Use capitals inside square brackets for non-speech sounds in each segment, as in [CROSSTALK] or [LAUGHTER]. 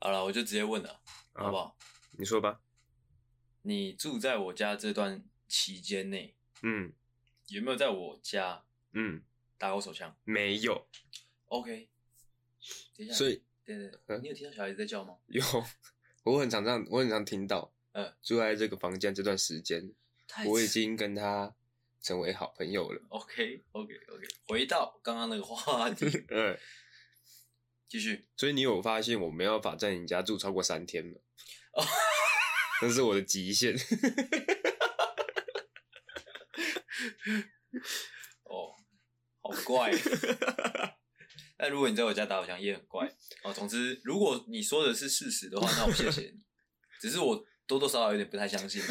好了，我就直接问了，啊好不好？你说吧。你住在我家这段期间内，嗯有没有在我家嗯，打过手枪没有， ？OK，等一下，所以等等嗯你有听到小孩子在叫吗？有， [LAUGHS] 我很常这样，我很常听到。嗯，哎住在这个房间这段时间，太我已经跟他成为好朋友了。 OK OK OK，回到刚刚那个话题， [LAUGHS] 嗯，继续。所以你有发现我没有办法在你家住超过三天吗？哦，那是我的极限。哦，好怪。 [LAUGHS] 那如果你在我家打手枪也很怪哦。总之，如果你说的是事实的话，那我谢谢你。 [LAUGHS] 只是我多多少少有点不太相信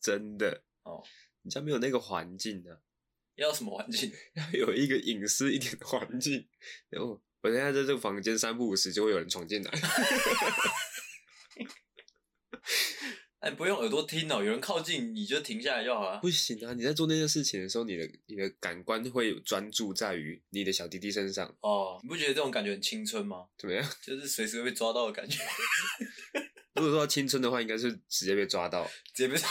真的哦。你家没有那个环境呢、要什么环境？要有一个隐私一点的环境。然后我现在在这个房间三不五时就会有人闯进来，哎，不用耳朵听哦，有人靠近你就停下来就好了不。行啊！你在做那件事情的时候，你的你的感官会有专注在于你的小弟弟身上，哦，你不觉得这种感觉很青春吗？怎么样？ [LAUGHS] 就是随时会被抓到的感觉， [LAUGHS] 如果说青春的话，应该是直接被抓到，直接被 [LAUGHS] 抓。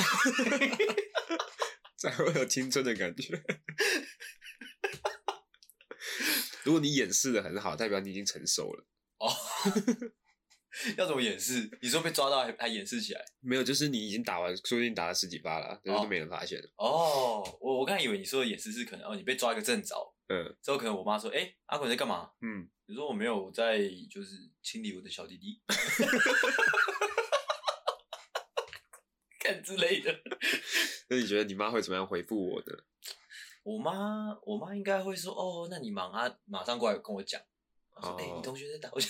才会有青春的感觉。 [LAUGHS] 如果你掩饰的很好，代表你已经成熟了。要怎么掩饰？你说被抓到还还掩饰起来？没有，就是你已经打完，说不定打了十几发了，但是都没人发现了。哦，我我刚才以为你说的掩饰是可能哦，你被抓一个正着嗯之后，可能我妈说：“哎、阿滚你在干嘛嗯，？”你说我没有我在，就是清理我的小弟弟， [LAUGHS] 干之类的。那你觉得你妈会怎么样回复我呢？我妈我妈应该会说：“哦，那你忙啊，马上过来跟我讲。”她说：“哦哎、你同学在打我讲，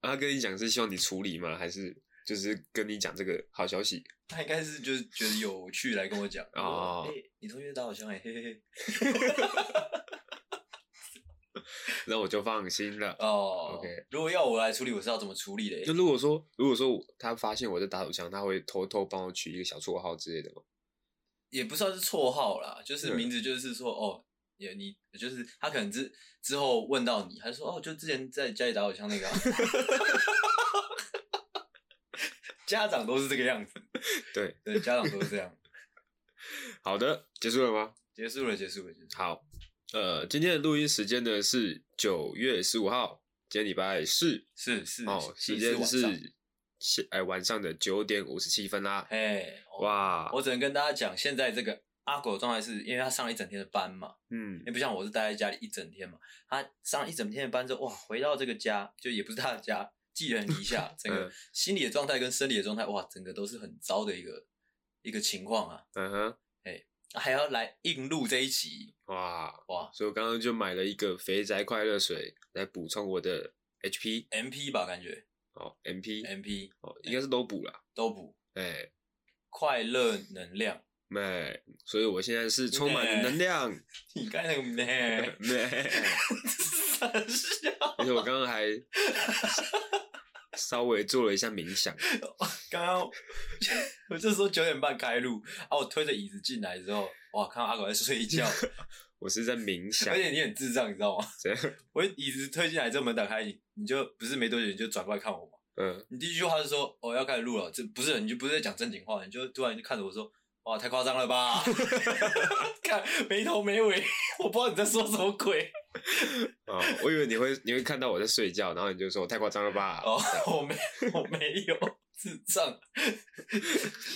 啊她跟你讲是希望你处理吗？还是就是跟你讲这个好消息？她应该是就是觉得有趣来跟我讲。”哦哎、你同学在打我枪哎、嘿嘿嘿。那我就放心了。哦 OK 如果要我来处理，我是要怎么处理那嘞？如果说，如果说我他发现我在打手枪，他会偷偷帮我取一个小绰号之类的吗？也不算是绰号啦，就是对名字，就是说哦，也你就是他可能之之后问到你，他就说哦，就之前在家里打手枪那个啊、 [LAUGHS] 家长都是这个样子，对，对，家长都是这样。好的，结束了吗？结束了，结束了，结束了。好，呃，今天的录音时间呢是九月十五号，今天礼拜四是是哦，时星期四间晚上是是哎晚上的九点五十七分啦。哎，哇！哇，我只能跟大家讲，现在这个阿狗的状态是因为他上了一整天的班嘛，嗯因为不像我是待在家里一整天嘛，他上一整天的班之后，哇，回到这个家就也不是他的家，寄人篱下，整个嗯心理的状态跟生理的状态，哇，整个都是很糟的一个一个情况啊，嗯哼，还要来硬录这一集，哇，哇所以我刚刚就买了一个肥宅快乐水来补充我的 HP ，MP 吧，感觉哦，MP MP 哦，应该是都补了，都补哎。快乐能量，没，所以我现在是充满了能量。你看那个咩， [LAUGHS] 没，傻笑，而且我刚刚还稍微做了一下冥想。刚刚 [LAUGHS] 我就说九点半开录，啊，我推着椅子进来之后，哇，看到阿狗在睡觉，我是在冥想而，且你很智障，你知道吗？这样，我椅子推进来，之后门打开，你你就不是没多久你就转过来看我嘛。嗯，你第一句话就说：“哦，要开始录了。”这不是你就不是在讲正经话，你就突然就看着我说：“哇，太夸张了吧！”看没头没尾，我不知道你在说什么鬼。哦，我以为你会你会看到我在睡觉，然后你就说我太夸张了吧？哦，我没我没有智障，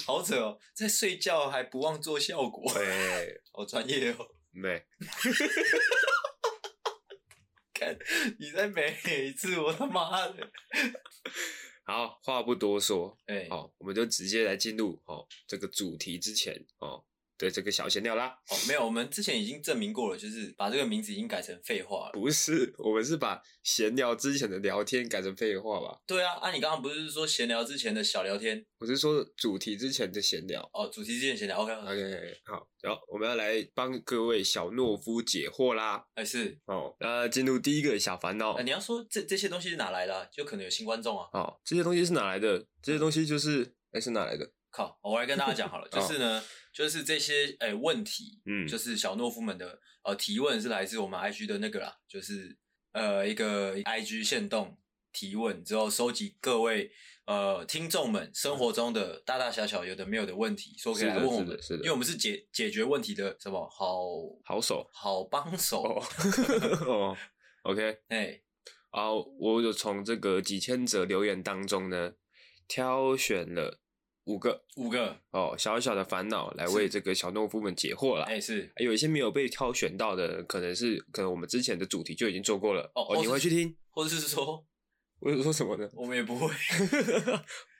好扯哦，在睡觉还不忘做效果，哎，好专业哦。没，你在每一次我他妈的，好，话不多说，哎、哦哦，我们就直接来进入哦这个主题之前哦的这个小闲聊啦。没有，我们之前已经证明过了，就是把这个名字已经改成废话了。不是，我们是把闲聊之前的聊天改成废话吧？对啊，啊，你刚刚不是说闲聊之前的小聊天我是说主题之前的闲聊。哦，主题之前闲聊，OK，哎、 OK，好，然后我们要来帮各位小懦夫解惑啦。是，哦，那进入第一个小烦恼呃，。你要说这这些东西是哪来的啊、就可能有新观众啊。哦，这些东西是哪来的？这些东西就是，哎，是哪来的？ [LAUGHS] 靠，我来跟大家讲好了，就是呢，就是这些诶、问题，哦嗯就是小懦夫们的呃提问是来自我们 IG 的那个啦，就是呃一个 IG 限动提问之后，收集各位呃听众们生活中的大大小小有的没有的问题，说可以来是的问我是们的，是的因为我们是解解决问题的什么好好手好帮手哦， [LAUGHS] 哦，OK，哎、啊，我有从这个几千则留言当中呢，挑选了五个五个哦小小的烦恼来为是这个小懦夫们解惑了。哎、是有一些没有被挑选到的，可能是可能我们之前的主题就已经做过了哦你或回是去听。或者是说我有说什么呢？ [LAUGHS] 我们也不会，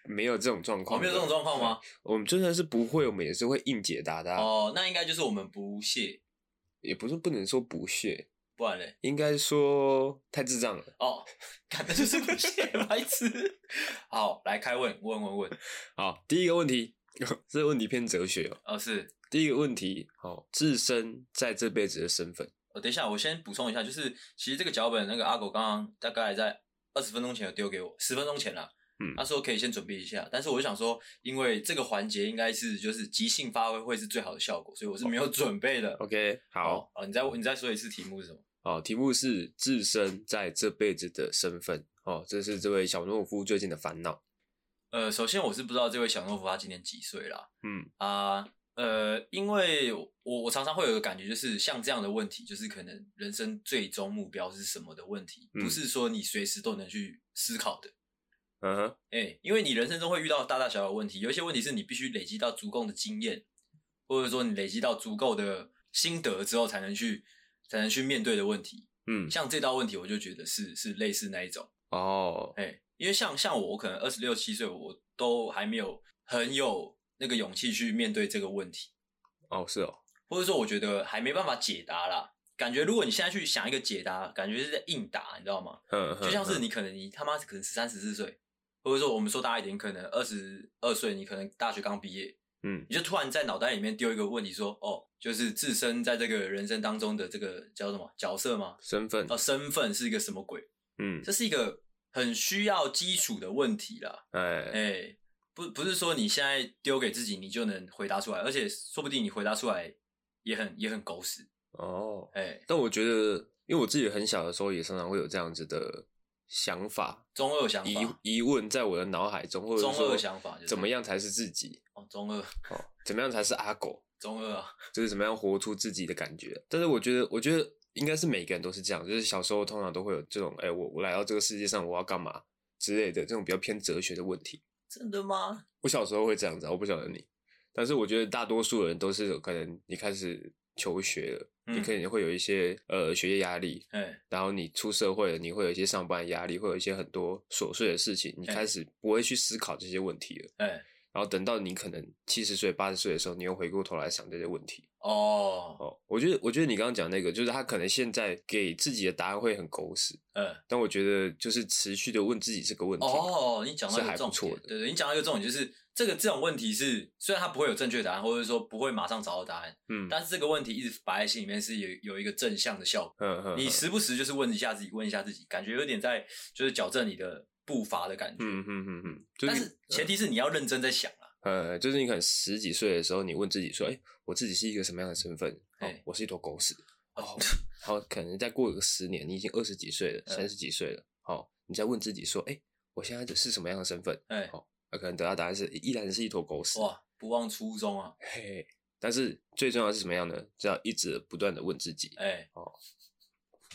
没有这种状 [LAUGHS] 我况，们哦有这种状况 [LAUGHS] 吗？我们真的是不会，我们也是会硬解答的、啊，哦，那应该就是我们不屑，也不是不能说不屑，不然嘞，应该说太智障了。哦，干的就是不屑， [LAUGHS] 白痴。好，来开问，问问问，好，第一个问题， [LAUGHS] 这个问题偏哲学哦。哦是，第一个问题，好，自身在这辈子的身份，呃，等一下，我先补充一下，就是其实这个脚本那个阿狗刚刚大概在二十分钟前有丢给我，十分钟前啦。嗯他说可以先准备一下，但是我就想说，因为这个环节应该是就是即兴发挥会是最好的效果，所以我是没有准备的。 OK，好，哦，你再你再说一次题目是什么？好，题目是自身在这辈子的身份，哦，这是这位小懦夫最近的烦恼。呃，首先我是不知道这位小懦夫他今年几岁啦，嗯啊、呃，因为我我常常会有一个感觉，就是像这样的问题，就是可能人生最终目标是什么的问题，嗯不是说你随时都能去思考的。嗯哼，哎、因为你人生中会遇到大大小小的问题，有一些问题是你必须累积到足够的经验，或者说你累积到足够的心得之后，才能去才能去面对的问题。嗯，像这道问题，我就觉得是是类似那一种。哦，哎、因为像像我，我可能二十六七岁，我都还没有很有那个勇气去面对这个问题。哦，是哦，或者说我觉得还没办法解答啦。感觉如果你现在去想一个解答，感觉是在硬答，你知道吗？嗯，就像是嗯你可能你他妈可能十三十四岁，或者说我们说大一点，可能二十二岁，你可能大学刚毕业，嗯你就突然在脑袋里面丢一个问题说，哦，就是自身在这个人生当中的这个叫什么角色吗？身份哦，，身份是一个什么鬼？嗯，这是一个很需要基础的问题啦。哎，哎、不不是说你现在丢给自己，你就能回答出来，而且说不定你回答出来也很也很狗屎。哦，哎、但我觉得，因为我自己很小的时候也常常会有这样子的想法、中二想疑法，疑问在我的脑海中，或者中二说想法、就是，怎么？样才是自己，哦，中二，哦，怎么样才是阿狗，中二 [LAUGHS] 啊，就是怎么样活出自己的感觉。但是我觉得，我觉得应该是每个人都是这样，就是小时候通常都会有这种，哎、我我来到这个世界上我要干嘛之类的这种比较偏哲学的问题。真的 [LAUGHS] 吗？我小时候会这样子啊，我不晓得你，但是我觉得大多数人都是有可能你开始求学了，你嗯可能会有一些呃学业压力，哎、然后你出社会了，你会有一些上班压力，会有一些很多琐碎的事情，你对开始不会去思考这些问题了。哎、然后等到你可能七十岁、八十岁的时候，你又回过头来想这些问题。哦，哦，我觉得，我觉得你刚刚讲那个，就是他可能现在给自己的答案会很狗屎，嗯、但我觉得就是持续的问自己这个问题。，哦，你讲到是一个还不重错点的，对对，你讲到一个重点，就是这个这种问题是虽然它不会有正确答案，或者说不会马上找到答案，嗯，但是这个问题一直摆在心里面是有有一个正向的效果。嗯嗯，你时不时就是问一下自己，问一下自己，感觉有点在就是矫正你的步伐的感觉。嗯嗯嗯嗯嗯，就但你是前提是你要认真在想啊。呃，就是你可能十几岁的时候，你问自己说：“哎、我自己是一个什么样的身份？哦哎，我是一坨狗屎。”哦，然后可能再过个十年，你已经二十几岁了，嗯三十几岁了，哦，你再问自己说：“哎、我现在是什么样的身份 [LAUGHS] 哎、？”哦，那可能得到答案是依然是一坨狗屎。哇，不忘初衷啊！嘿，但是最重要的是什么样呢？就要一直不断的问自己。哎、哦 [LAUGHS]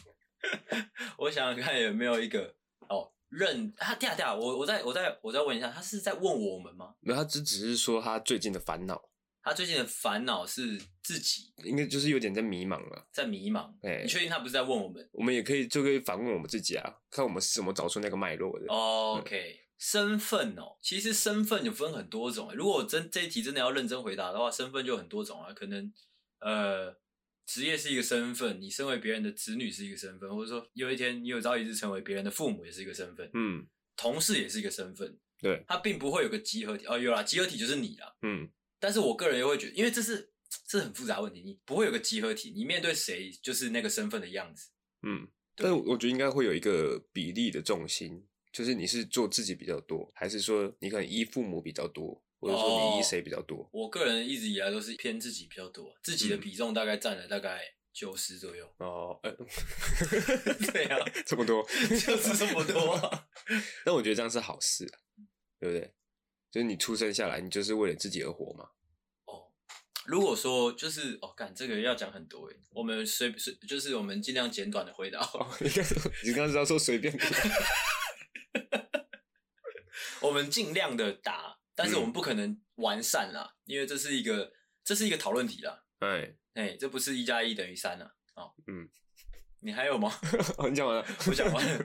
我想想看有没有一个哦认他掉掉，我我再我再我再问一下，他是在问我们吗？没有，他只只是说他最近的烦恼，他最近的烦恼是自己应该就是有点在迷茫了。在迷茫。哎你确定他不是在问我们、我们也可以就可以反问我们自己啊，看我们是怎么找出那个脉络的。 o k 身份哦，其实身份有分很多种。欸如果真这一题真的要认真回答的话，身份就很多种啊。可能呃，职业是一个身份，你身为别人的子女是一个身份，或者说有一天你有朝一日成为别人的父母也是一个身份，嗯，同事也是一个身份。对，它并不会有个集合体哦，有啦，集合体就是你啦。嗯，但是我个人又会觉得，因为这是这是很复杂的问题，你不会有个集合体，你面对谁就是那个身份的样子。嗯，对但我觉得应该会有一个比例的重心，就是你是做自己比较多，还是说你可能依父母比较多？或者说你依谁比较多？我个人一直以来都是偏自己比较多，自己的嗯比重大概占了大概九十左右。哦，呃， [LAUGHS] [LAUGHS] 对啊，这么多，就是这么 [LAUGHS] 多。啊但我觉得这样是好事、啊，对不对？就是你出生下来，你就是为了自己而活嘛。哦如果说就是哦，干这个要讲很多诶，欸我们随随就是我们尽量简短的回答。你刚你刚刚知道哦说随便， [LAUGHS] 我们尽量的答，但是我们不可能完善啦，因为这是一个这是一个讨论题啦，哎，哎、这不是一加一等于三啊，哦，嗯，你还有吗？ [LAUGHS] 哦你讲完了，我讲完 [LAUGHS] 了。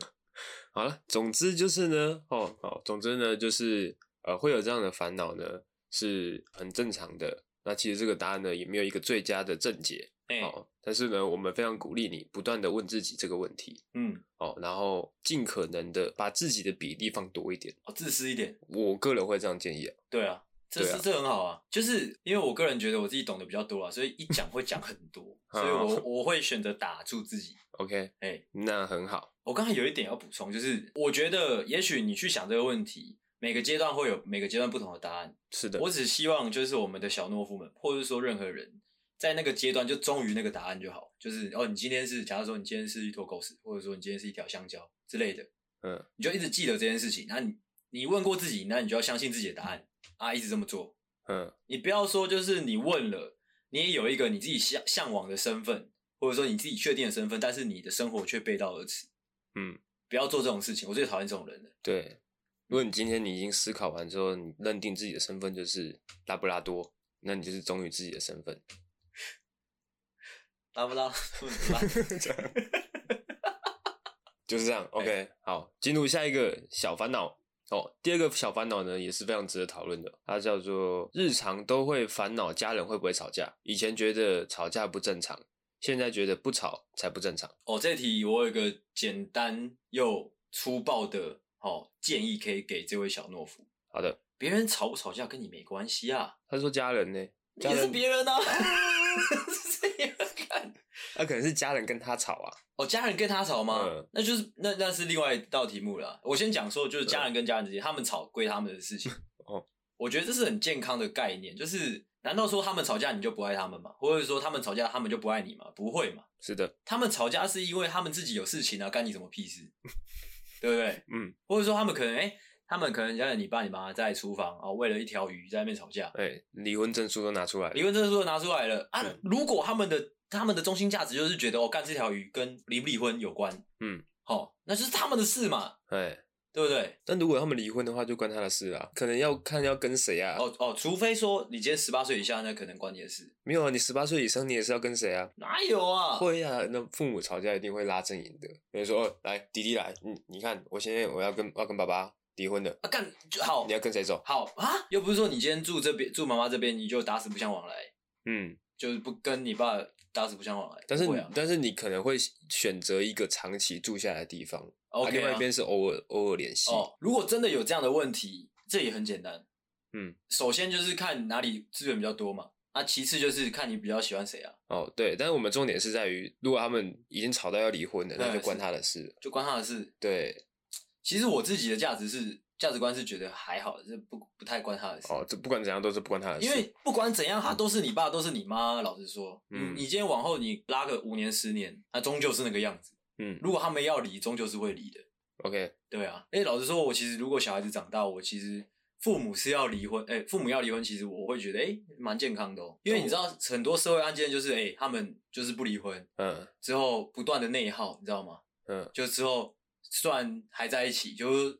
好了，总之就是呢，哦，好，总之呢，就是呃，会有这样的烦恼呢，是很正常的。那其实这个答案呢，也没有一个最佳的正解哎、哦。但是呢，我们非常鼓励你不断的问自己这个问题嗯，哦，然后尽可能的把自己的比例放多一点。哦，自私一点，我个人会这样建议啊。对啊，这是、对啊这很好啊，就是因为我个人觉得我自己懂得比较多啊，所以一讲会讲很 [LAUGHS] 多，嗯所以我我会选择打住自己。 OK，哎、那很好。我刚才有一点要补充，就是我觉得也许你去想这个问题，每个阶段会有每个阶段不同的答案。是的，我只希望就是我们的小懦夫们，或者说任何人，在那个阶段就忠于那个答案就好。就是哦，你今天是，假如说你今天是一坨狗屎，或者说你今天是一条香蕉之类的，嗯，你就一直记得这件事情。那你你问过自己，那你就要相信自己的答案啊，一直这么做。嗯你不要说就是你问了，你也有一个你自己向向往的身份，或者说你自己确定的身份，但是你的生活却背道而驰。嗯，不要做这种事情，我最讨厌这种人了。对。如果你今天你已经思考完之后，你认定自己的身份就是拉布拉多，那你就是忠于自己的身份。拉不拉？ [LAUGHS] 问不拉？就是这样。OK，、好，哎进入下一个小烦恼哦。第二个小烦恼呢，也是非常值得讨论的，它叫做日常都会烦恼家人会不会吵架。以前觉得吵架不正常，现在觉得不吵才不正常。哦，这题我有一个简单又粗暴的哦建议，可以给这位小懦夫：好的，别人吵不吵架跟你没关系啊，他说家人呢，家也是人别人啊， [LAUGHS] [LAUGHS] 是这样看。那、可能是家人跟他吵啊。哦，家人跟他吵吗？嗯那就是那那是另外一道题目了。我先讲说，就是家人跟家人之间，他们吵归他们的事情。 [LAUGHS] 哦，我觉得这是很健康的概念，就是难道说他们吵架你就不爱他们吗？或者说他们吵架他们就不爱你吗？不会嘛，是的，他们吵架是因为他们自己有事情啊，干你什么屁 [LAUGHS] 事？对不对？嗯，或者说他们可能哎、他们可能家你爸你妈在厨房啊、哦为了一条鱼在那边吵架，哎、离婚证书都拿出来离了。婚证书都拿出来了啊嗯！如果他们的他们的中心价值就是觉得我哦干这条鱼跟离不离婚有关，嗯，好、那就是他们的事嘛，哎、对不对？但如果他们离婚的话，就关他的事啊。可能要看要跟谁啊。哦哦，除非说你今天十八岁以下，那可能关你的事，没有啊，你十八岁以上，你也是要跟谁啊？哪有啊？会啊，那父母吵架一定会拉阵营的。比如说，哦来弟弟来，嗯你你看，我现在我要跟我要跟爸爸离婚了，啊干就好你要跟谁走？好啊，又不是说你今天住这边住妈妈这边，你就打死不相往来，嗯，就是不跟你爸打死不相往来。但是不你、会啊但是你可能会选择一个长期住下来的地方，啊，OK 另外一啊边是偶尔偶尔联系。哦，如果真的有这样的问题，这也很简单。嗯，首先就是看哪里资源比较多嘛，啊，其次就是看你比较喜欢谁啊，哦，对，但是我们重点是在于，如果他们已经吵到要离婚了，那对就关他的事。就关他的事。对，其实我自己的价值是价值观是觉得还好，这不不太关他的事。哦，这不管怎样都是不关他的事。因为不管怎样，他都是你爸，都是你妈。老实说，嗯你今天往后你拉个五年、十年，那终究是那个样子。嗯如果他们要离，终究是会离的。 ，OK，对啊，哎、老实说，我其实如果小孩子长大，我其实父母是要离婚，哎、父母要离婚，其实我会觉得，哎、蛮健康的哦、因为你知道很多社会案件就是，哎、他们就是不离婚嗯之后不断的内耗，你知道吗？嗯，就之后虽然还在一起，就是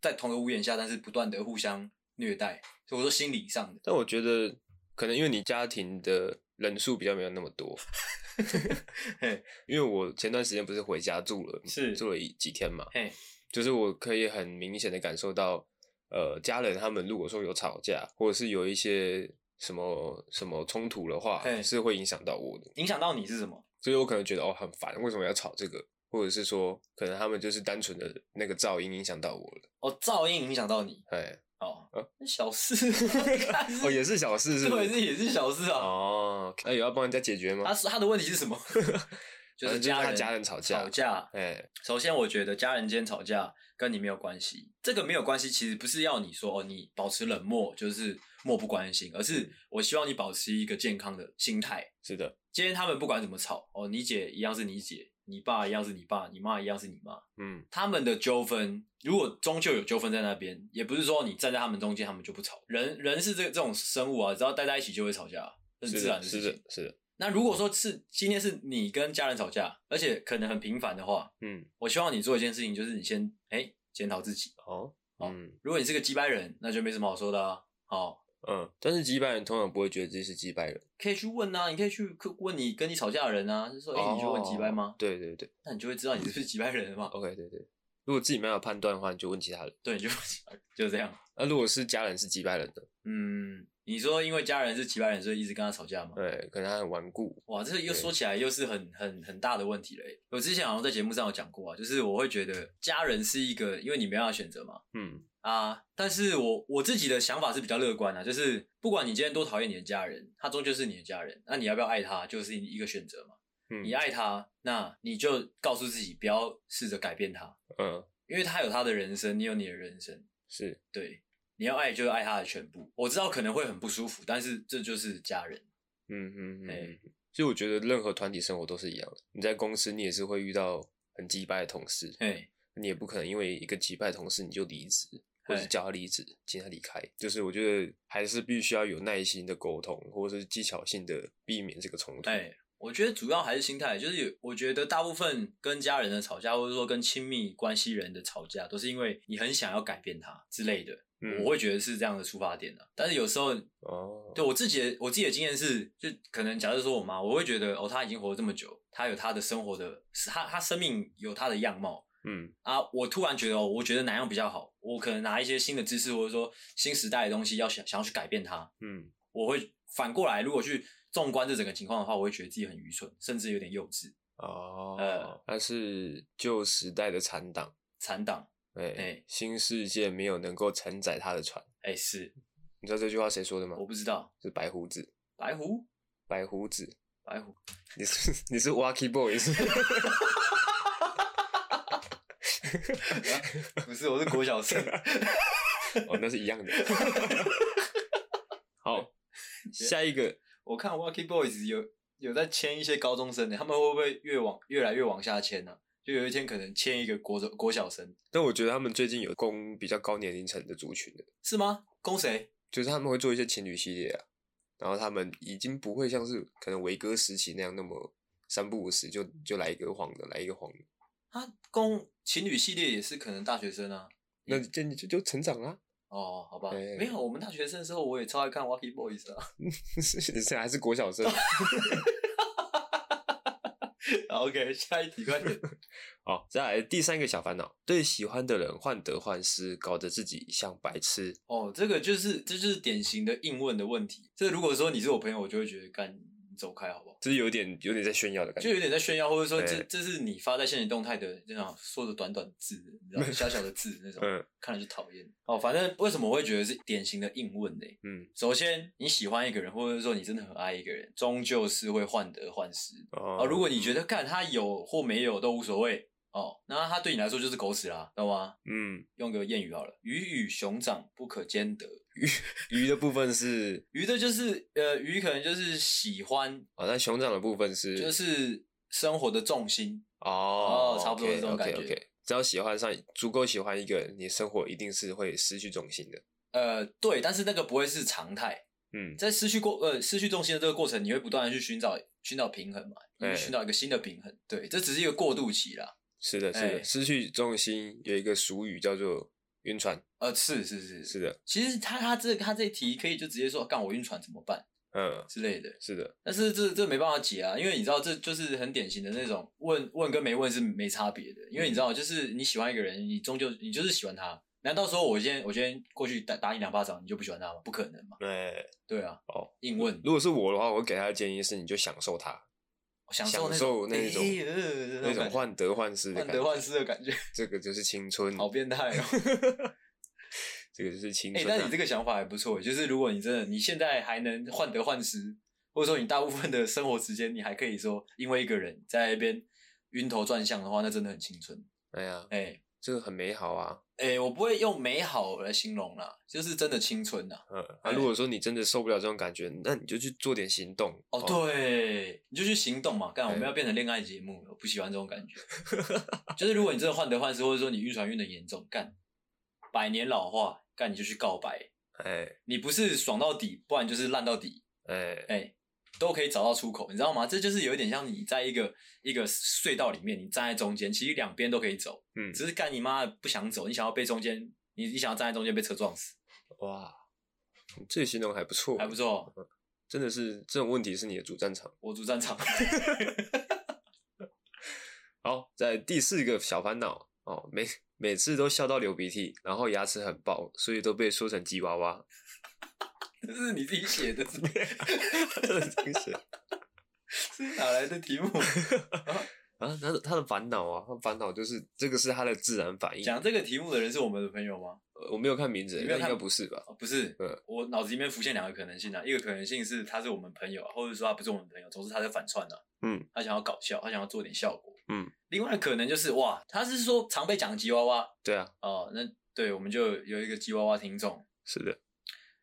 在同个屋檐下，但是不断的互相虐待，所以我说心理上的。但我觉得可能因为你家庭的人数比较没有那 [LAUGHS] 么多，嘿，因为我前段时间不是回家住了，是住了一几天嘛，嘿，就是我可以很明显的感受到，呃，家人他们如果说有吵架，或者是有一些什么什么冲突的话嘿，是会影响到我的，影响到你是什么？所以我可能觉得哦很烦，为什么要吵这个？或者是说，可能他们就是单纯的那个噪音影响到我了，哦，噪音影响到你哎，哦啊，那小事，看 [LAUGHS] 哦，也是小事，是不对，是？这也是小事啊。哎啊哦，那、有要帮人家解决吗 [LAUGHS] 他？是他的问题是什么？就反是正就是家他人家人吵架吵架。哎，首先，我觉得家人间吵架跟你没有关系，这个没有关系，其实不是要你说哦，你保持冷漠就是漠不关心，而嗯是我希望你保持一个健康的心态。是的，今天他们不管怎么吵，哦，你姐一样是你姐，你爸一样是你爸，你妈一样是你妈，嗯，他们的纠纷，如果终究有纠纷在那边，也不是说你站在他们中间，他们就不吵。人人是这这种生物啊，只要待在一起就会吵架，这是是自然的，的是事情的。，是的，那如果说是今天是你跟家人吵架，而且可能很频繁的话，嗯，我希望你做一件事情，就是你先哎检讨自己。好，好嗯如果你是个鸡掰人，那就没什么好说的啊。好，嗯，但是击败人通常不会觉得自己是击败人，可以去问啊，你可以去问你跟你吵架的人啊，就说哎、你去问鸡掰吗哦？对对对那你就会知道你是不是鸡掰人了嘛。 ，OK，对对，如果自己没有判断的话，你就问其他人。对，你就 [LAUGHS] 就这样。那、如果是家人是击败人的，嗯，你说因为家人是几百人，所以一直跟他吵架吗？对，可能他很顽固，哇，这又对说起来又是很很很大的问题嘞。我之前好像在节目上有讲过啊，就是我会觉得家人是一个，因为你没办法选择嘛嗯，啊。但是我我自己的想法是比较乐观的、啊就是不管你今天多讨厌你的家人，他终究是你的家人，那你要不要爱他，就是一个选择嘛。嗯你爱他，那你就告诉自己不要试着改变他，嗯，因为他有他的人生，你有你的人生。是对，你要爱就爱他的全部。我知道可能会很不舒服，但是这就是家人。嗯嗯嗯哎嗯，所以我觉得任何团体生活都是一样的。你在公司，你也是会遇到很击败的同事，嘿，你也不可能因为一个击败的同事你就离职，或者哎是叫他离职，请他离开。就是我觉得还是必须要有耐心的沟通，或者是技巧性的避免这个冲突。哎，我觉得主要还是心态，就是有我觉得大部分跟家人的吵架，或者说跟亲密关系人的吵架，都是因为你很想要改变他之类的。嗯我会觉得是这样的出发点啊。但是有时候哦，对我自己的我自己的经验是，就可能假设说我妈，我会觉得哦，她已经活了这么久，她有她的生活的，她她生命有她的样貌。嗯啊，我突然觉得，哦，我觉得哪样比较好？我可能拿一些新的知识，或者说新时代的东西，要想想要去改变它。嗯我会反过来，如果去纵观这整个情况的话，我会觉得自己很愚蠢，甚至有点幼稚、哦呃，它是旧时代的残党，残党。哎、哎新世界没有能够承载他的船。哎、是你知道这句话谁说的吗我？不知道，是白胡子，白狐，白胡子，白狐，你是 [LAUGHS] 你是 Wacky Boy 是吗？ [LAUGHS] 不是，我是国小 [LAUGHS] 生。哦，那是一样的。 [LAUGHS] 好，下一个我看 Wacky Boys 有有在签一些高中生的，他们会不会越往越来越往下签呢、就有一天可能签一个国中国小生，但我觉得他们最近有攻比较高年龄层的族群的，是吗？攻谁？就是他们会做一些情侣系列啊，然后他们已经不会像是可能维哥时期那样那么三不五时就就来一个黄的，来一个黄的，他攻啊情侣系列也是可能大学生啊。那就你就就成长啊啦。哦，好吧，哎没有，我们大学生的时候我也超爱看 Wacky Boys 啊。[LAUGHS] [LAUGHS] 是你是还是国小生 [LAUGHS] 好 OK，下一题快点。好，再来第三个小烦恼，对喜欢的人患得患失，搞得自己像白痴。哦，这个就是这就是典型的硬问的问题。这如果说你是我朋友，我就会觉得干你走开好不好？这是有点有点在炫耀的感就觉，有点在炫耀，或者说哎这这是你发在现实动态的那种说的短短字，你 [LAUGHS] 知道吗小小的字那种，嗯看了就讨厌。哦，反正为什么我会觉得是典型的硬问呢？嗯首先，你喜欢一个人，或者说你真的很爱一个人，终究是会患得患失啊、哦哦如果你觉得干他有或没有都无所谓哦，那他对你来说就是狗屎啦，懂吗？嗯用个谚语好了，鱼与熊掌不可兼得。鱼的部分是鱼的就是呃，鱼可能就是喜欢，哦，那熊掌的部分是就是生活的重心。哦哦差不多是这种感 o 觉 k o k 只要喜欢上，足够喜欢一个人，你生活一定是会失去重心的。呃，对，但是那个不会是常态，嗯，在失去过呃失去重心的这个过程，你会不断的去寻找寻找平衡嘛，你会哎寻找一个新的平衡。对，这只是一个过渡期啦。是的，是的，哎失去重心有一个俗语叫做晕船。呃，是是是是的，其实他他这他这一题可以就直接说，干我晕船怎么办嗯，之类的。是的，但是这这没办法解啊，因为你知道这就是很典型的那种问问跟没问是没差别的，因为你知道嗯就是你喜欢一个人，你终究你就是喜欢他。难道说我今天我今天过去打打你两巴掌，你就不喜欢他吗？不可能嘛。哎、对啊，哦，硬问，如果是我的话，我会给他的建议是，你就享受他享受受那那种种哎那种种患得患失的患感得觉，嗯患失的感觉，这个就是青春，好哎变 [LAUGHS] 态哦。这个就是青哎，春、啊。但你这个想法还不错，就是如果你真的你现在还能患得患失，或者说你大部分的生活时间，你还可以说因为一个人在那边晕头转向的话，那真的很青春。哎呀，哎、这个很美好啊。哎、我不会用美好来形容啦，就是真的青春呐。嗯，啊，哎如果说你真的受不了这种感觉，那你就去做点行动。哦，，对，你就去行动嘛，干，我们哎要变成恋爱节目了，我不喜欢这种感觉。 [LAUGHS] 就是如果你真的患得患失，或者说你晕船晕的严重，干，百年老化，干你就去告白，哎你不是爽到底，不然就是烂到底，哎，哎、都可以找到出口，你知道吗？这就是有一点像你在一个一个隧道里面，你站在中间，其实两边都可以走，嗯，只是干你妈的不想走，你想要被中间，你你想要站在中间被车撞死，哇，你这个形容还不错，还不错，哦真的是这种问题是你的主战场。我主战场。好，在第四个小烦恼哦，每每次都笑到流鼻涕，然后牙齿很爆，所以都被说成吉娃娃。 [LAUGHS] 这是你自己写的，是不是真的真是这 [LAUGHS] 是哪来的题目？ [LAUGHS] 啊，他的他的烦恼啊，他的烦恼就是这个是他的自然反应。讲这个题目的人是我们的朋友吗？呃我没有看名字，你没那有应看该不是吧？哦、不是，嗯我脑子里面浮现两个可能性啊，一个可能性是他是我们朋友、啊，或者说他不是我们朋友，总之他在反串啊，嗯，他想要搞笑，他想要做点效果，嗯。另外可能就是哇，他是说常被讲吉娃娃对啊，哦，那对我们就有一个吉娃娃听众。是的，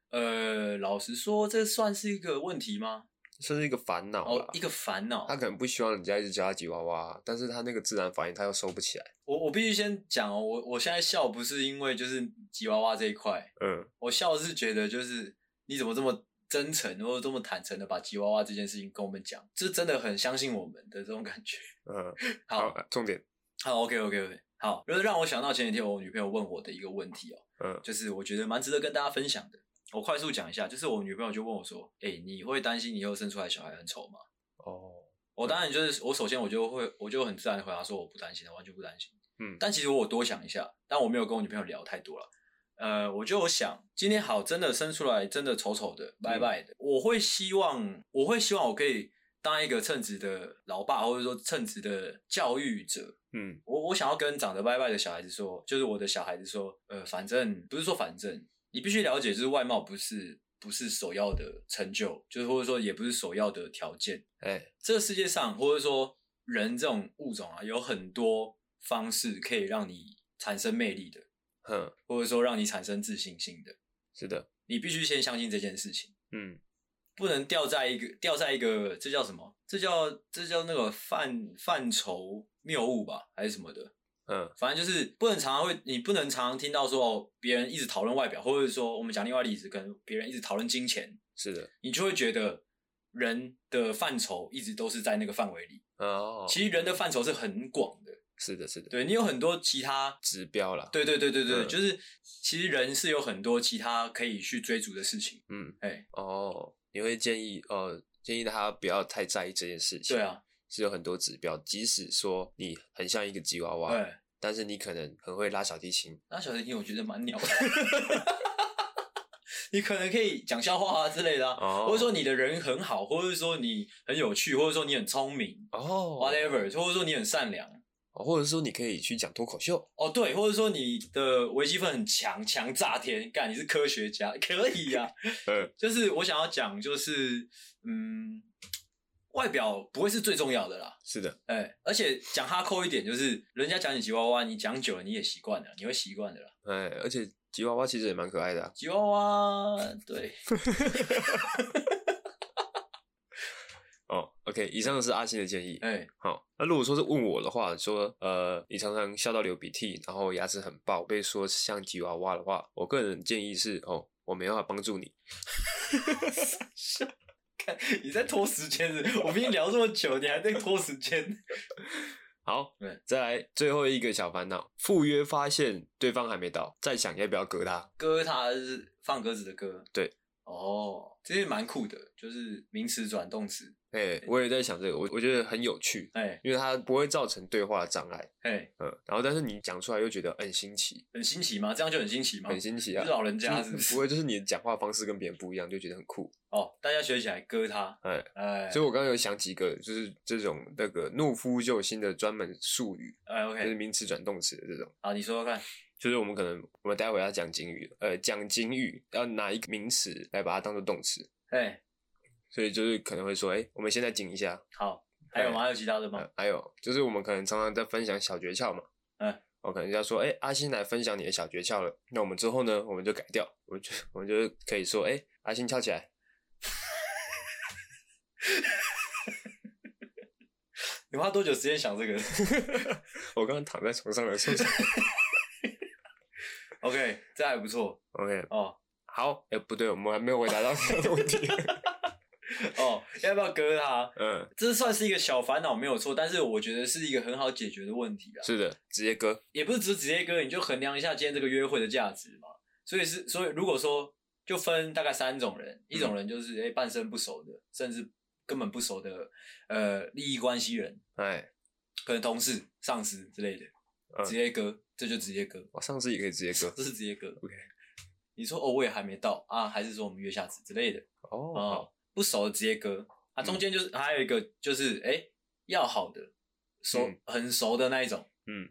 呃，老实说，这算是一个问题吗？算是一个烦恼哦啦，。一个烦恼他。可能不希望人家一直叫他吉娃娃，啊但是他那个自然反应他又收不起来。我我必须先讲哦，我我现在笑不是因为就是吉娃娃这一块，嗯，我笑是觉得就是你怎么这么真诚或者这么坦诚的把吉娃娃这件事情跟我们讲，这真的很相信我们的这种感觉。嗯，好，呃重点，好，OK OK OK，好，就是让我想到前几天我女朋友问我的一个问题哦，嗯就是我觉得蛮值得跟大家分享的。我快速讲一下，就是我女朋友就问我说：“哎、你会担心你以后生出来小孩很丑吗哦，？”我当然就是我首先我就会我就很自然的回答说我不担心，我完全不担心。嗯但其实我有多想一下，但我没有跟我女朋友聊太多了。呃，我就有想，今天好，真的生出来真的丑丑的，拜拜的。我会希望，我会希望我可以当一个称职的老爸，或者说称职的教育者。嗯我我想要跟长得拜拜的小孩子说，就是我的小孩子说，呃，反正不是说反正，你必须了解，就是外貌不是不是首要的成就，就是或者说也不是首要的条件。哎，这世界上，或者说人这种物种啊，有很多方式可以让你产生魅力的，哼，或者说让你产生自信心的。是的，你必须先相信这件事情，嗯，不能掉在一个掉在一个这叫什么？这叫这叫那个范范畴谬误吧，还是什么的？嗯反正就是不能常常会，你不能常常听到说哦，别人一直讨论外表，或者说我们讲另外例子，可能别人一直讨论金钱，是的，你就会觉得人的范畴一直都是在那个范围里。哦，其实人的范畴是很广的，是的，是的，对你有很多其他，指标啦，对对对对对，嗯就是其实人是有很多其他可以去追逐的事情，嗯，哎，哦，你会建议呃，建议他不要太在意这件事情。对，啊，是有很多指标，即使说你很像一个吉娃娃，对，但是你可能很会拉小提琴，哎那小提琴我觉得蛮鸟的， [LAUGHS] 你可能可以讲笑话啊之类的啊，哦或者说你的人很好，或者说你很有趣，或者说你很聪明哦，whatever，或者说你很善良。或者说你可以去讲脱口秀，哦，对，或者说你的微积分很强，强炸天，干你是科学家，可以啊呀、嗯，就是我想要讲，就是嗯，外表不会是最重要的啦。是的，哎、而且讲哈扣一点，就是人家讲你吉娃娃，你讲久了你也习惯了，你会习惯的啦。哎，而且吉娃娃其实也蛮可爱的、啊，吉娃娃，对，哦，OK，以上是阿信的建议。哎、好，那如果说是问我的话，说呃，你常常笑到流鼻涕，然后牙齿很爆，被说像吉娃娃的话，我个人建议是哦，我没办法帮助你，看你在拖时间是不是？我们已经聊这么久，你还在拖时间？好对，再来最后一个小烦恼，赴约发现对方还没到，再想要不要割他。歌它是放鸽子的歌，对，哦，这些蛮酷的，就是名词转动词，哎、我也在想这个，我我觉得很有趣，哎、因为它不会造成对话的障碍，哎、嗯，然后但是你讲出来又觉得很新奇，很新奇吗？这样就很新奇吗？很新奇啊，哦是老人家就是不是不会就是你的讲话方式跟别人不一样，就觉得很酷，哦，大家学起来歌它，哎、哎、所以我刚刚有想几个，就是这种那个懦夫救星的专门术语，哎、o 就 k 是名词转动词的这种。好，你说说看。就是我们可能我们待会要讲警语，呃，讲警语要拿一个名词来把它当做动词，哎，所以就是可能会说，哎、我们现在紧一下。好，还有吗？还有其他的吗呃？还有就是我们可能常常在分享小诀窍嘛，嗯，我可能要说，哎、阿星来分享你的小诀窍了，那我们之后呢，我们就改掉，我们就我们就可以说，哎、阿星翘起来，你花多久时间想这个我刚刚躺在床上的时候 [LAUGHS] ？OK，这还不错，OK，哦好，哎、不对，我们还没有回答到这个问题， [LAUGHS] 哦，要不要割它？嗯，这算是一个小烦恼没有错，但是我觉得是一个很好解决的问题啊。是的，直接割，也不是只直接割，你就衡量一下今天这个约会的价值嘛。所以是，所以如果说就分大概三种人，一嗯种人就是诶、半生不熟的，甚至根本不熟的呃利益关系人，哎，可能同事、上司之类的，嗯直接割，这就直接割，我上次也可以直接割，这是直接割。 OK 你说哦，我也还没到啊，还是说我们约下次之类的哦，嗯哦，不熟的直接割啊，中间就是、还有一个就是诶要好的熟、嗯很熟的那一种，嗯，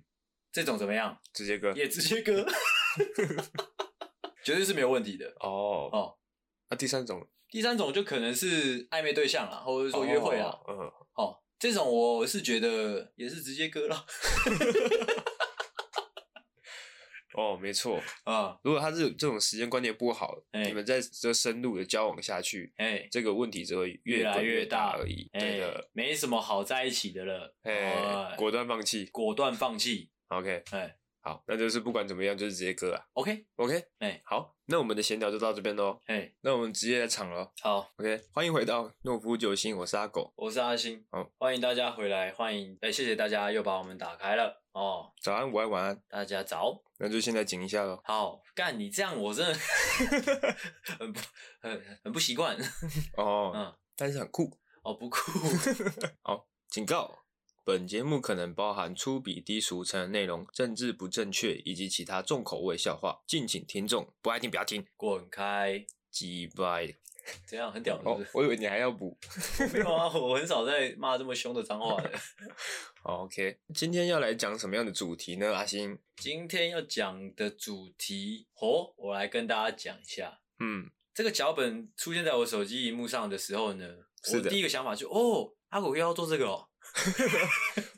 这种怎么样？直接割，也直接割， [LAUGHS] 绝对是没有问题的。哦，哦，那、第三种，第三种就可能是暧昧对象啦，或者说约会啦。哦，嗯，哦这种我是觉得也是直接割了哦，没错，啊。如果他是这种时间观念不好，哎你们在这深入的交往下去，哎、这个问题只会越来滚越大大而已。哎，对的，没什么好在一起的了。哎，哎，果断放弃。果断放弃。 OK，哎好，那就是不管怎么样，就是直接割啊。 ，OK， OK，哎好，那我们的闲聊就到这边喽。哎，那我们直接来场喽。好， OK，欢迎回到诺夫救星，我是阿狗。我是阿星，好欢迎大家回来，欢迎，哎，谢谢大家又把我们打开了哦，早安，午安，晚安。大家早。那就现在紧一下喽。好，干你这样我真的很不 [LAUGHS] 很很不习惯。哦，嗯，但是很酷。哦不酷。警告：本节目可能包含粗鄙、低俗、成人内容、政治不正确以及其他重口味笑话，敬请听众不爱听不要听。滚开！鸡掰！怎样？很屌是哦不是？，我以为你还要补。没 [LAUGHS] 有啊，我很少在骂这么凶的脏话的。好哦 OK，今天要来讲什么样的主题呢？阿星，今天要讲的主题，哦，我来跟大家讲一下。嗯，这个脚本出现在我手机荧幕上的时候呢，是我的第一个想法就哦，阿狗又要做这个哦。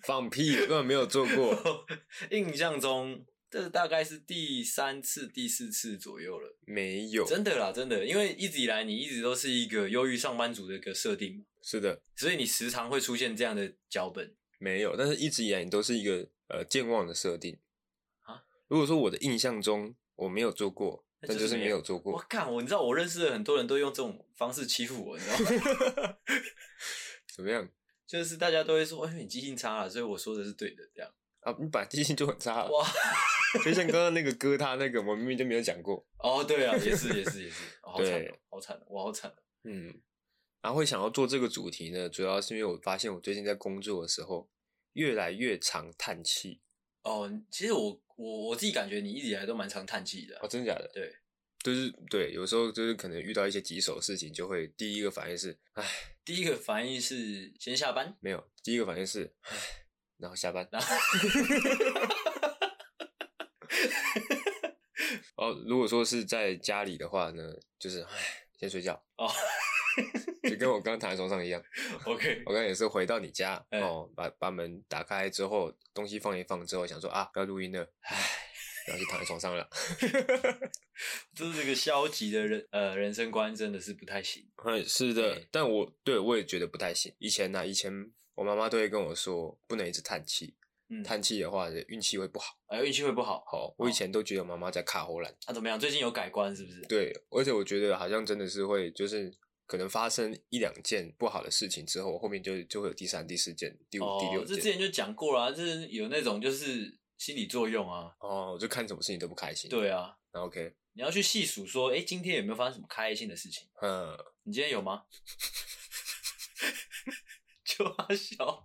放屁，根本没有做过。 [LAUGHS] 印象中，这大概是第三次、第四次左右了。没有，真的啦，真的，因为一直以来你一直都是一个忧郁上班族的一个设定嘛，是的，所以你时常会出现这样的脚本。没有。但是一直以来你都是一个呃健忘的设定啊。如果说我的印象中我没有做过，那那就就是是没没有有做我过。看，我你知道，我认识的很多人都用这种方式欺负我，你知道吗？ [LAUGHS] 怎么样就是大家都会说，哎，你记性差了，所以我说的是对的，这样。啊？你本来记性就很差了，哇，就像刚刚那个歌，他那个我明明就没有讲过。哦，对啊，也是，也是，也是，哦好惨哦对，好惨哦，我好惨哦。嗯，然后会想要做这个主题呢，主要是因为我发现我最近在工作的时候越来越常叹气。哦，其实我我我自己感觉你一直以来都蛮常叹气的啊、哦，真的假的？对，就是对，有时候就是可能遇到一些棘手的事情，就会第一个反应是，哎，第一个反应是先下班，没有，第一个反应是，哎，然后下班。然后哦，如果说是在家里的话呢，就是哎，先睡觉。哦，就跟我刚刚躺在床上一样， OK，我刚刚也是回到你家，哎哦，把把门打开之后，东西放一放之后，想说啊，要录音了，唉，然后就躺在床上 [LAUGHS] 了。这是个消极的人呃人生观，真的是不太行。哎，是的哎，但我对我也觉得不太行。以前呢、以前我妈妈都会跟我说，不能一直叹气，嗯，叹气的话运气会不好。哎，运气会不好。好，我以前都觉得妈妈在卡喉兰。那、怎么样？最近有改观是不是？，对，而且我觉得好像真的是会，就是可能发生一两件不好的事情之后，后面就就会有第三、第四件、第五、哦第，六这之件。前就讲过啦、就是有那种就是心理作用啊。哦，我就看什么事情都不开心。对啊，然后，OK，你要去细数说，哎，今天有没有发生什么开心的事情？嗯，你今天有吗？ [LAUGHS] 就阿小，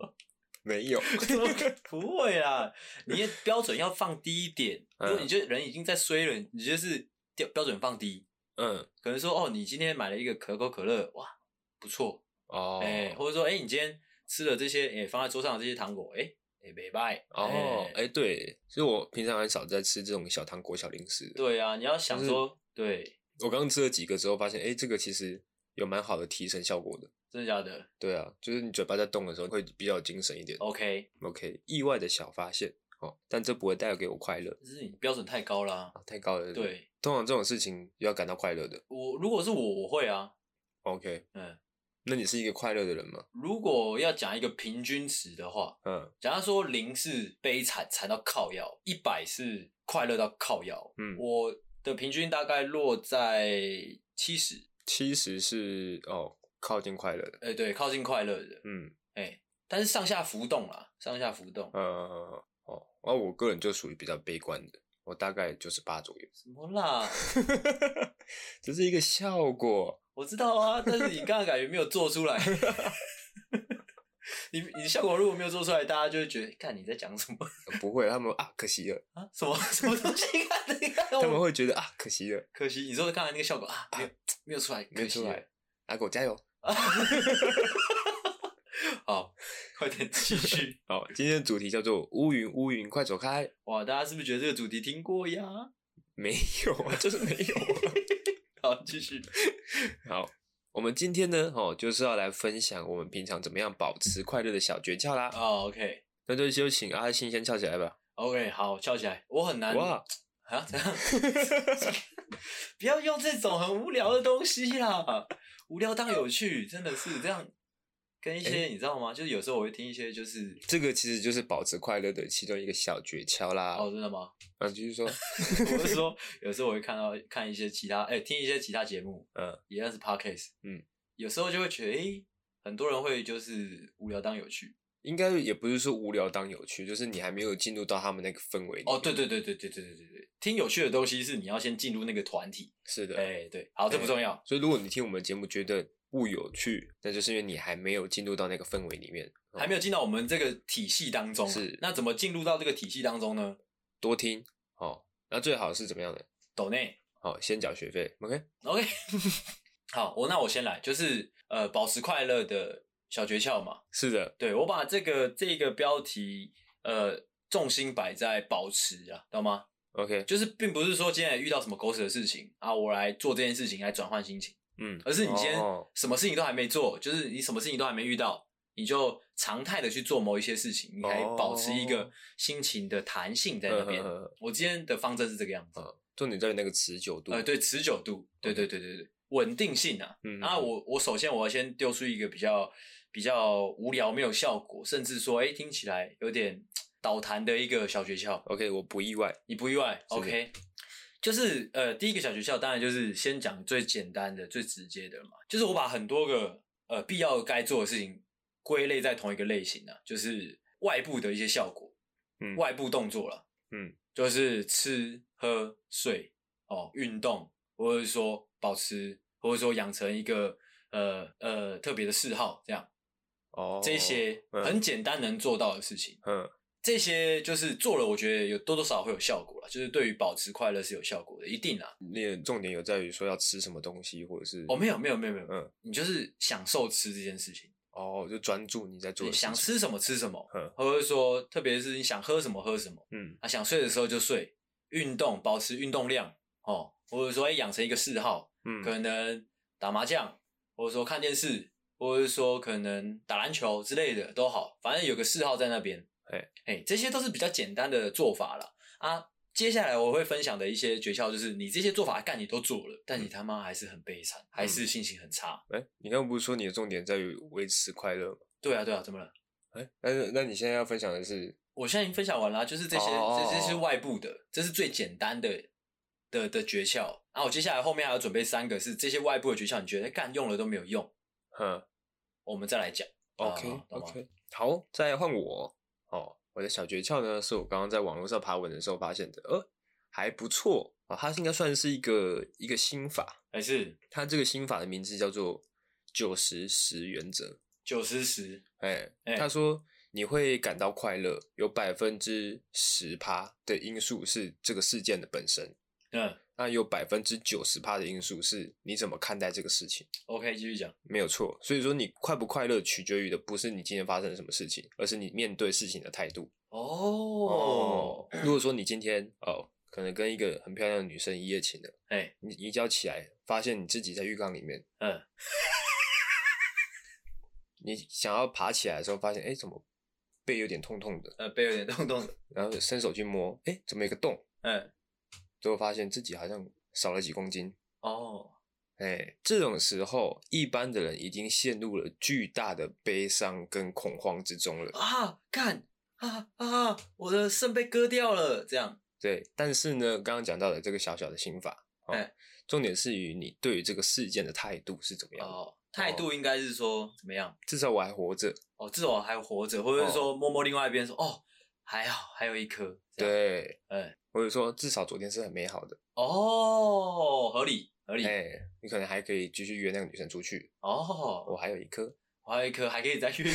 没 [LAUGHS] 有，怎么可 [LAUGHS] 不会啦？你的标准要放低一点。如果嗯你觉得人已经在衰了，你就是标标准放低，嗯，可能说哦，你今天买了一个可口可乐，哇，不错，哦，哎、或者说，哎、你今天吃了这些，哎、放在桌上的这些糖果，哎、哎，没拜哦，哎、对，其实我平常很少在吃这种小糖果、小零食的。对啊，你要想就是说，对，我刚刚吃了几个之后，发现，哎、这个其实有蛮好的提神效果的。真的假的对啊，就是你嘴巴在动的时候会比较有精神一哦点。 ？OK， OK，意外的小发现哦，但这不会带给我快乐这是你标准太高啦。啊，太高了。不，对通常这种事情要感到快乐的。我，如果是我，我会啊。 OK，嗯，那你是一个快乐的人吗？如果要讲一个平均值的话，嗯假如说零是悲惨惨到靠腰，一百是快乐到靠腰，嗯，我的平均大概落在七十，七十是哦，靠近快乐的。哎，对，靠近快乐的，嗯哎、但是上下浮动啦，上下浮动。呃哦，而、我个人就属于比较悲观的，我大概九十八左右。什么啦？ [LAUGHS] 这是一个效果。我知道啊， [LAUGHS] 但是你刚刚感觉没有做出来。 [LAUGHS] 你你效果如果没有做出来，大家就会觉得，哎看你在讲什么 [LAUGHS] 不会，他们啊，可惜了，啊？什么 [LAUGHS] 什么东西？看你看他们我，会觉得啊，可惜了，可惜你说刚才那个效果啊，没有没有出来，没可惜出了来。阿狗加油！好，快点继续。好，今天的主题叫做“乌云乌云快走开”。哇，大家是不是觉得这个主题听过呀？没有 [LAUGHS] 啊，就是没有啊。好，继续。好，我们今天呢，哦，就是要来分享我们平常怎么样保持快乐的小诀窍啦。哦，OK，OK，、那就就请阿信先翘起来吧。好，翘起来。我很难哇，啊，怎样？不要用这种很无聊的东西啦，无聊当有趣，真的是这样。跟一些、你知道吗？就是有时候我会听一些，就是这个其实就是保持快乐的其中一个小诀窍啦。哦，真的吗？嗯，继续说。我是 [LAUGHS] 说，有时候我会看到看一些其他，哎、听一些其他节目，嗯，一样是 podcast，嗯，有时候就会觉得，哎、很多人会就是无聊当有趣。应该也不是说无聊当有趣，就是你还没有进入到他们那个氛围里。哦，，对对对对对对对对对，听有趣的东西是你要先进入那个团体，是的。哎、对，好，这不重要，所以如果你听我们的节目觉得不有趣，那就是因为你还没有进入到那个氛围里面。还没有进到我们这个体系当中啊、是那怎么进入到这个体系当中呢？多听哦，那最好是怎么样的？抖内哦，先缴学费，OK？ ，OK，好，我那我先来，就是呃，保持快乐的小诀窍嘛。是的，对我把这个这个标题呃重心摆在保持啊，懂吗？ OK，就是并不是说今天遇到什么狗屎的事情啊，我来做这件事情来转换心情。嗯，而是你今天哦什么事情都还没做，就是你什么事情都还没遇到，你就常态的去做某一些事情，你还哦保持一个心情的弹性在那边嗯嗯嗯嗯。我今天的方针是这个样子，重点在于那个持久呃度。呃，对，持久度，对对对对对，稳定性啊。嗯，嗯，那我我首先我要先丢出一个比较比较无聊、没有效果，甚至说哎、诶听起来有点倒弹的一个小诀窍。 OK，我不意外。你不意外是的？OK，就是呃，第一个小诀窍当然就是先讲最简单的、最直接的嘛，就是我把很多个呃必要该做的事情归类在同一个类型啊，就是外部的一些效果，嗯外部动作了，嗯，就是吃喝睡哦，运动，或者是说保持，或者说养成一个呃呃特别的嗜好，这样哦，这些嗯很简单能做到的事情。嗯这些就是做了，我觉得有多多少少会有效果了，就是对于保持快乐是有效果的，一定啦。那个重点有在于说要吃什么东西，或者是哦，没有没有没有没有，嗯你就是享受吃这件事情，哦，就专注你在做你的事想情吃什么吃什么，嗯或者说特别是你想喝什么喝什么嗯啊，想睡的时候就睡，运动保持运动量哦，或者说哎养成一个嗜好，可嗯能打麻将，或者说看电视，或者是说可能打篮球之类的都好，反正有个嗜好在那边。哎哎，这些都是比较简单的做法啦。啊。接下来我会分享的一些诀窍，就是你这些做法干你都做了，但你他妈还是很悲惨，还是心情很差。哎、你刚刚不是说你的重点在于维持快乐吗？对啊，对啊，怎么了？哎、但是那你现在要分享的是我现在已经分享完了，啊就是这些，哦这这是外部的，这是最简单的的的诀窍。啊，我接下来后面还要准备三个是这些外部的诀窍，你觉得哎干用了都没有用，嗯我们再来讲。 ，OK、啊懂吗 OK，好，再换我哦。我的小诀窍呢，是我刚刚在网络上爬文的时候发现的，呃，还不错啊、它应该算是一个一个心法，还是它这个心法的名字叫做九十十原则。九十十，哎、哎他说你会感到快乐，有百分之十趴的因素是这个事件的本身，嗯那有百分之九十趴的因素是你怎么看待这个事情， ，OK，继续讲。没有错。所以说你快不快乐取决于的不是你今天发生了什么事情，而是你面对事情的态度。哦，，如果说你今天哦，可能跟一个很漂亮的女生一夜情了，哎你你一觉起来发现你自己在浴缸里面，嗯，你想要爬起来的时候，发现哎、诶怎么背有点痛痛的，呃，背有点痛痛的，然后伸手去摸，哎、怎么有个洞？嗯，最后发现自己好像少了几公斤。哦，哎、这种时候，一般的人已经陷入了巨大的悲伤跟恐慌之中了。啊，看啊啊，我的肾被割掉了，这样，对，但是呢，刚刚讲到的这个小小的心法，哦哎重点是于你对于这个事件的态度是怎么样的。哦，态度应该是说怎么样？至少我还活着，哦，至少我还活着，或哦者是说摸摸另外一边说，哦，还好，还有一颗，这样，对，哎，或者说至少昨天是很美好的。哦，合理合理哎、，你可能还可以继续约那个女生出去。哦，我还有一颗，我还有一颗还可以再去，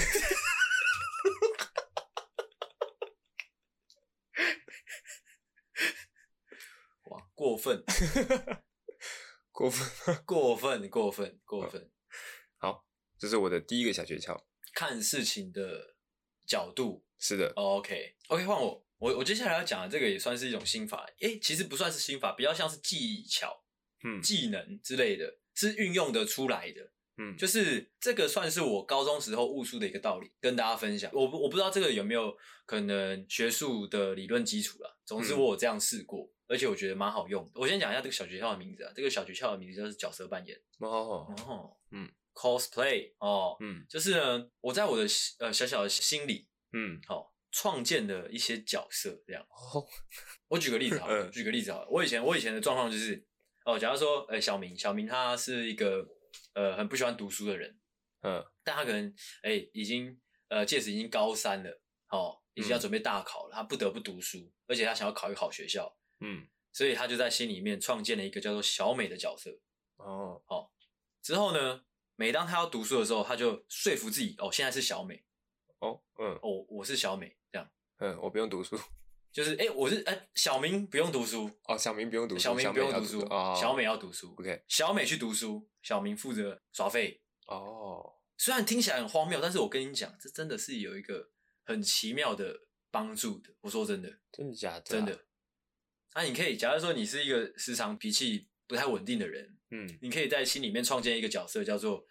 哇，过分过分。 [LAUGHS] 过分过分过分，好，这是我的第一个小诀窍。看事情的角度是的， OK OK，换我，我我接下来要讲的这个也算是一种心法，诶、其实不算是心法，比较像是技巧、嗯技能之类的，是运用得出来的。嗯，就是这个算是我高中时候悟出的一个道理，跟大家分享。我不我不知道这个有没有可能学术的理论基础啦，总之嗯我有这样试过，而且我觉得蛮好用的。我先讲一下这个小诀窍的名字啊，这个小诀窍的名字就是角色扮演哦，哦，嗯，cosplay 哦，嗯就是呢，我在我的呃小小的心里，嗯，哦，创建的一些角色这样。哦，我举个例子好了，嗯举个例子好了，我以前我以前的状况就是，哦，假如说，呃，小明，小明他是一个呃很不喜欢读书的人，嗯但他可能哎、已经呃届时已经高三了，哦，已嗯经要准备大考了，他不得不读书，而且他想要考一个好学校，嗯，所以他就在心里面创建了一个叫做小美的角色。哦，之后呢，每当他要读书的时候，他就说服自己，哦，现在是小美，哦，嗯哦，我是小美，这样。嗯，我不用读书。就是哎、我是哎、小明不用读书，哦，小明不用读书，小明不用要读书，哦，小美要读书。 OK，小美去读书，小明负责耍废。哦，虽然听起来很荒谬，但是我跟你讲，这真的是有一个很奇妙的帮助的。我说真的，真的假啊的、真的。，那、你可以，假如说你是一个时常脾气不太稳定的人，嗯你可以在心里面创建一个角色，叫做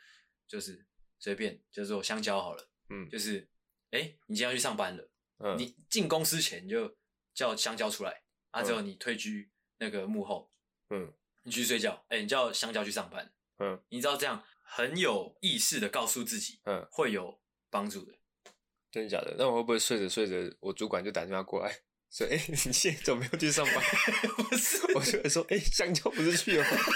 就是随便，叫做香蕉好了，嗯就是哎、你今天要去上班了。嗯，你进公司前就叫香蕉出来，啊，嗯之后你退居那个幕后，嗯，你去睡觉，哎、你叫香蕉去上班，嗯，你知道这样很有意识的告诉自己，嗯，会有帮助的。真的假的？那我会不会睡着睡着，我主管就打电话过来说：“哎、你今天怎么没有去上班 [LAUGHS] 不是，？”我就会说：“哎、香蕉不是去了吗 [LAUGHS]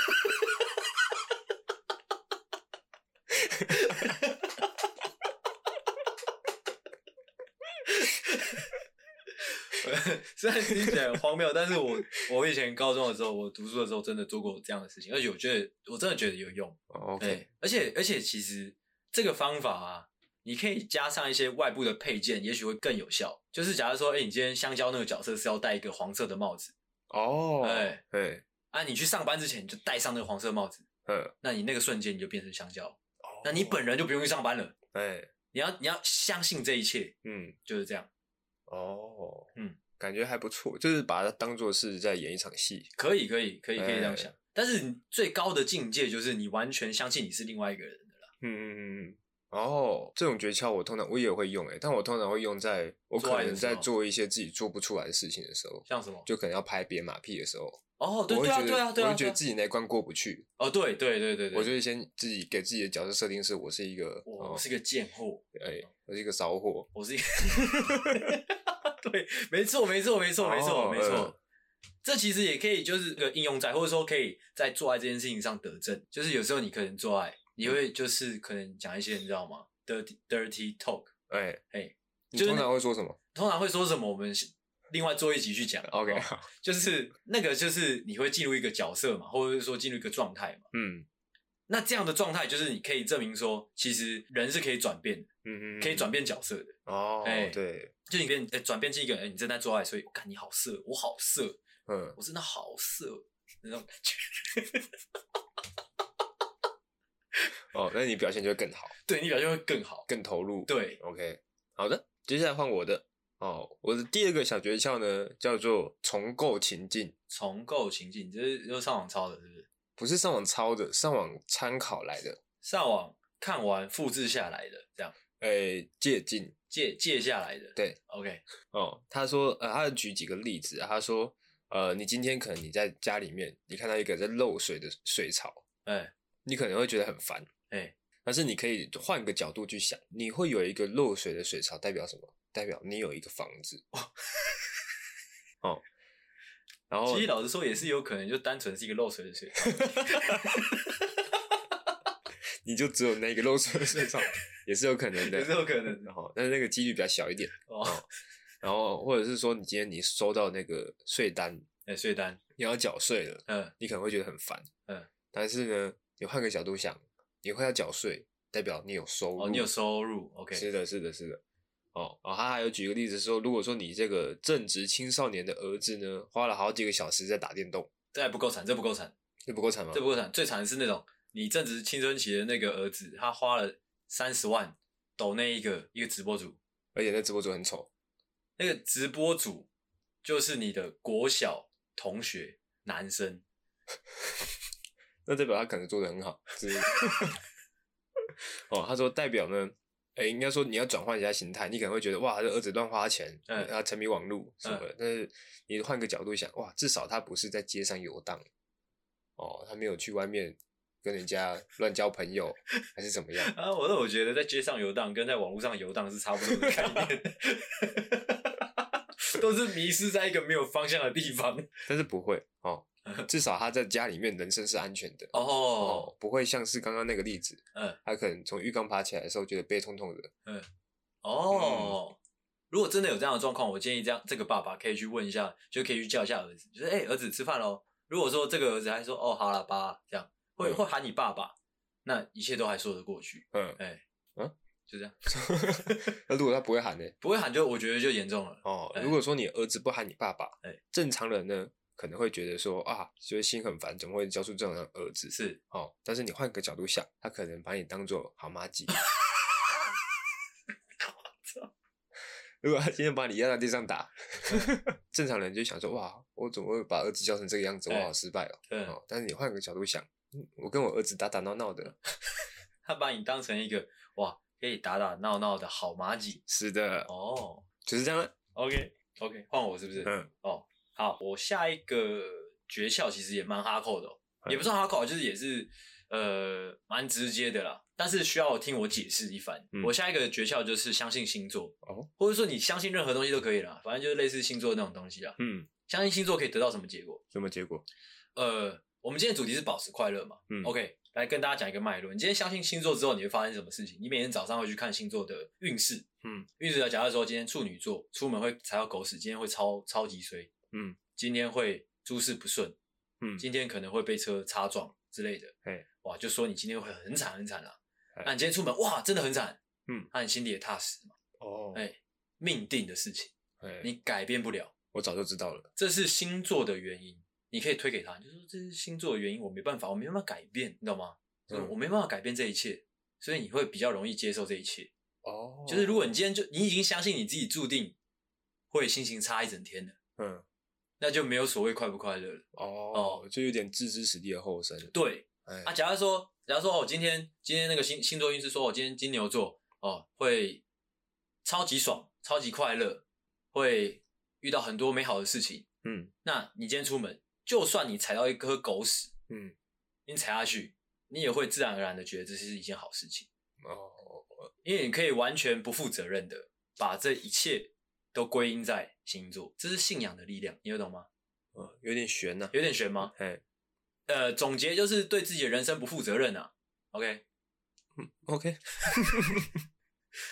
虽然听起来很荒谬，但是我我以前高中的时候，我读书的时候真的做过这样的事情，而且我觉得我真的觉得有用。哦？”OK，、对，而且而且其实这个方法啊，你可以加上一些外部的配件，也许会更有效。就是假如说，哎、你今天香蕉那个角色是要戴一个黄色的帽子，哦，哎哎，啊，你去上班之前你就戴上那个黄色帽子，嗯，那你那个瞬间你就变成香蕉，那哦你本人就不用去上班了。哎，你要你要相信这一切嗯，就是这样，哦，嗯，感觉还不错，就是把它当做是在演一场戏。可以可以可以可以这样哎想。但是你最高的境界就是你完全相信你是另外一个人的了，嗯嗯嗯嗯。哦，这种诀窍我通常我也会用哎、但我通常会用在我做可爱的能时在候做一些自己做不出来的事情的时候，像什么？就可能要拍别人马屁的时候，哦，对我会对啊觉得对啊对我啊，会觉对得啊自己那一关过不去，哦对对对对对，我就会先自己给自己的角色设定是我是一个，我哦我是个贱货，哎、我是一个骚货，我是一个，对，没错，没错，没错，没错，哦没错嗯。这其实也可以就是个应用在，或者说可以在做爱这件事情上得证。就是有时候你可能做爱，嗯你会就是可能讲一些你知道吗？dirty dirty talk，哎、哎你就是通那常会说什么通常会说什么？我们另外做一集去讲。 ？OK，、哦就是那个就是你会进入一个角色嘛，或者是说进入一个状态嘛。嗯那这样的状态就是你可以证明说，其实人是可以转变的，嗯嗯，可以转变角色的。哦，哎对，就你变诶转、变成一个人、哎诶你正在做爱，所以我看你好色，我好色，嗯，我真的好色那种感觉。哦，那你表现就会更好，对你表现会更好。更投入。对， ，OK，好的，接下来换我的哦，我的第二个小诀窍呢，叫做重构情境。重构情境，这是又上网抄的，是不是？不是上网抄的，上网参考来的，上网看完复制下来的，这样哎、借鉴。借借下来的。对，OK，哦，他说，呃，他举几个例子，啊他说，呃，你今天可能你在家里面，你看到一个在漏水的水槽，哎你可能会觉得很烦，哎，但是你可以换个角度去想，你会有一个漏水的水槽，代表什么？代表你有一个房子。 [LAUGHS] 哦，然后其实老实说也是有可能，就单纯是一个漏水的水。你就只有那个漏水的水 [LAUGHS] 槽，也是有可能的，也是有可能的然后，但是那个几率比较小一点。哦，然后，或者是说，你今天你收到那个税单，哎，税单，你要缴税了。嗯，你可能会觉得很烦，嗯，但是呢，你换个角度想，你会要缴税，代表你有收入，哦，你有收入是，OK，的，是的，是的。哦，哦，他还有举个例子说，如果说你这个正值青少年的儿子呢，花了好几个小时在打电动，这还不够惨，这不够惨，这不够惨吗这？不够惨，最惨的是那种你正值青春期的那个儿子，他花了三十万抖那一个一个直播主，而且那直播主很丑，那个直播主就是你的国小同学男生，那代表他可能做的很好，只 [LAUGHS] 是哦，他说代表呢，哎、应该说你要转换一下心态，你可能会觉得哇，这儿子乱花钱，嗯他沉迷网络什么的，但是你换个角度想，哇，至少他不是在街上游荡，哦，他没有去外面跟人家乱交朋友，还是怎么样？ [LAUGHS] 啊，我我觉得在街上游荡跟在网络上游荡是差不多的概念， [LAUGHS] 都是迷失在一个没有方向的地方。但是不会哦， [LAUGHS] 至少他在家里面人身是安全的。哦，哦，不会像是刚刚那个例子，嗯，他可能从浴缸爬起来的时候觉得背痛痛的，嗯哦，如果真的有这样的状况，我建议这样这个爸爸可以去问一下，就可以去叫一下儿子，就是哎、欸儿子吃饭喽。如果说这个儿子还说哦好了爸这样，会嗯会喊你爸爸，那一切都还说得过去。嗯，哎、嗯，就这样，那如果他不会喊呢？不会喊就我觉得就严重了。哦，哎如果说你儿子不喊你爸爸，哎正常人呢可能会觉得说啊，就是心很烦，怎么会教出这种儿子？是哦，但是你换个角度想，他可能把你当做好妈 [LAUGHS] 鸡。如果他今天把你压在地上打，嗯 [LAUGHS] 正常人就想说哇，我怎么会把儿子教成这个样子？我哎好失败哦。嗯，哦，但是你换个角度想，嗯我跟我儿子打打闹闹的， [LAUGHS] 他把你当成一个哇可以打打闹闹的好麻吉。是的，哦就是这样了。 ，OK OK，换我是不是？嗯，好，我下一个诀窍其实也蛮哈扣的、哦，嗯也不算哈扣，就是也是呃蛮直接的啦。但是需要听我解释一番。嗯我下一个诀窍就是相信星座，哦，或者说你相信任何东西都可以啦，反正就是类似星座那种东西啦。嗯，相信星座可以得到什么结果？什么结果？呃，我们今天主题是保持快乐嘛。嗯 OK，来跟大家讲一个脉络。你今天相信星座之后，你会发生什么事情？你每天早上会去看星座的运势，嗯，嗯，今天会诸事不顺，嗯今天可能会被车擦撞之类的，嘿，哇，就说你今天会很惨很惨啦、哎那你今天出门哇，真的很惨，嗯，那你心里也踏实嘛，哦哎、命定的事情哎你改变不了，我早就知道了。这是星座的原因，你可以推给他，就说这是星座的原因，我没办法，我没办法改变，你知道吗？就是嗯我没办法改变这一切，所以你会比较容易接受这一切。哦就是如果你今天就你已经相信你自己注定会心情差一整天了，嗯，那就没有所谓快不快乐了。哦，就有点置之死地而后生。对哎啊，，假如说，假如说哦，今天今天那个星星座运势说，我、今天金牛座哦会超级爽，超级快乐，会遇到很多美好的事情。嗯那你今天出门，就算你踩到一颗狗屎，嗯，你踩下去，你也会自然而然的觉得这是一件好事情，哦，因为你可以完全不负责任的把这一切都归因在星座，这是信仰的力量，你有懂吗？嗯有点悬呐。有点悬吗？哎呃，总结就是对自己的人生不负责任啊。OK， [LAUGHS] ，OK，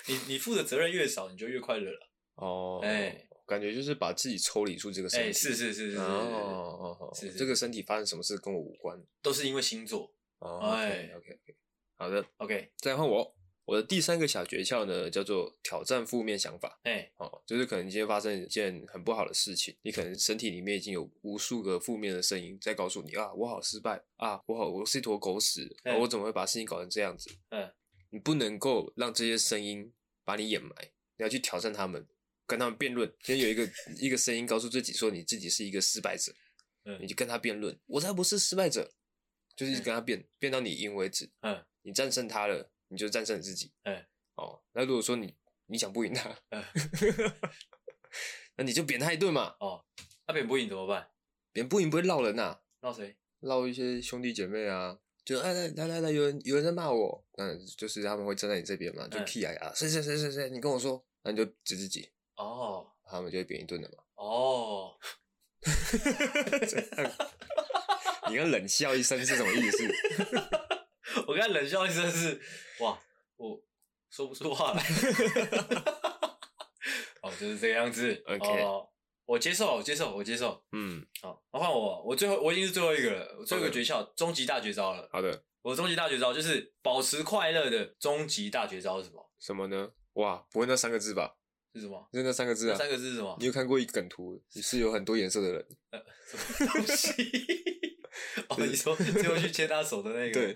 你你负的责任越少，你就越快乐了。哦，哎，感觉就是把自己抽离出这个身哎、体。是是是是是，哦哦哦是，是这个身体发生什么事跟我无关。都是因为星座。哦哎，OK，OK，好的， OK，再换我。我的第三个小诀窍呢，叫做挑战负面想法。哎、哦，就是可能今天发生一件很不好的事情，你可能身体里面已经有无数个负面的声音在告诉你啊，我好失败啊，我好我是一坨狗屎、啊嗯我怎么会把事情搞成这样子？嗯，你不能够让这些声音把你掩埋，你要去挑战他们，跟他们辩论。今天有一个一个声音告诉自己说你自己是一个失败者，嗯你就跟他辩论，我才不是失败者。就是一直跟他辩，辩到你赢为止。嗯，你战胜他了，你就战胜你自己。嗯，哦，那如果说你你想不赢他，嗯那你就扁他一顿嘛，那扁不赢怎么办？扁不赢不会闹人呐、闹谁？闹一些兄弟姐妹啊，就哎来来来来，有人有人在骂我，那就是他们会站在你这边嘛，就嗯屁呀呀，谁谁谁谁谁，你跟我说，那你就指自己，哦他们就会扁一顿的嘛。哦，你要冷笑一声是什么意思？ [LAUGHS] 我刚才冷笑一声是，哇，我说不出话来。哦，就是这个样子。 OK 哦我接受，我接受，我接受。嗯，好，那换我，我最后我已经是最后一个了，我最后一个 OK 诀窍，终极大绝招了。好的，我的终极大绝招就是保持快乐的终极大绝招是什么？什么呢？哇，不会那三个字吧？是什么？是那三个字那啊？三个字是什么你？有看过一梗图，你是有很多颜色的人， [LAUGHS] 什么东 [LAUGHS] 西？哦，你说最后去牵他手的那个，对，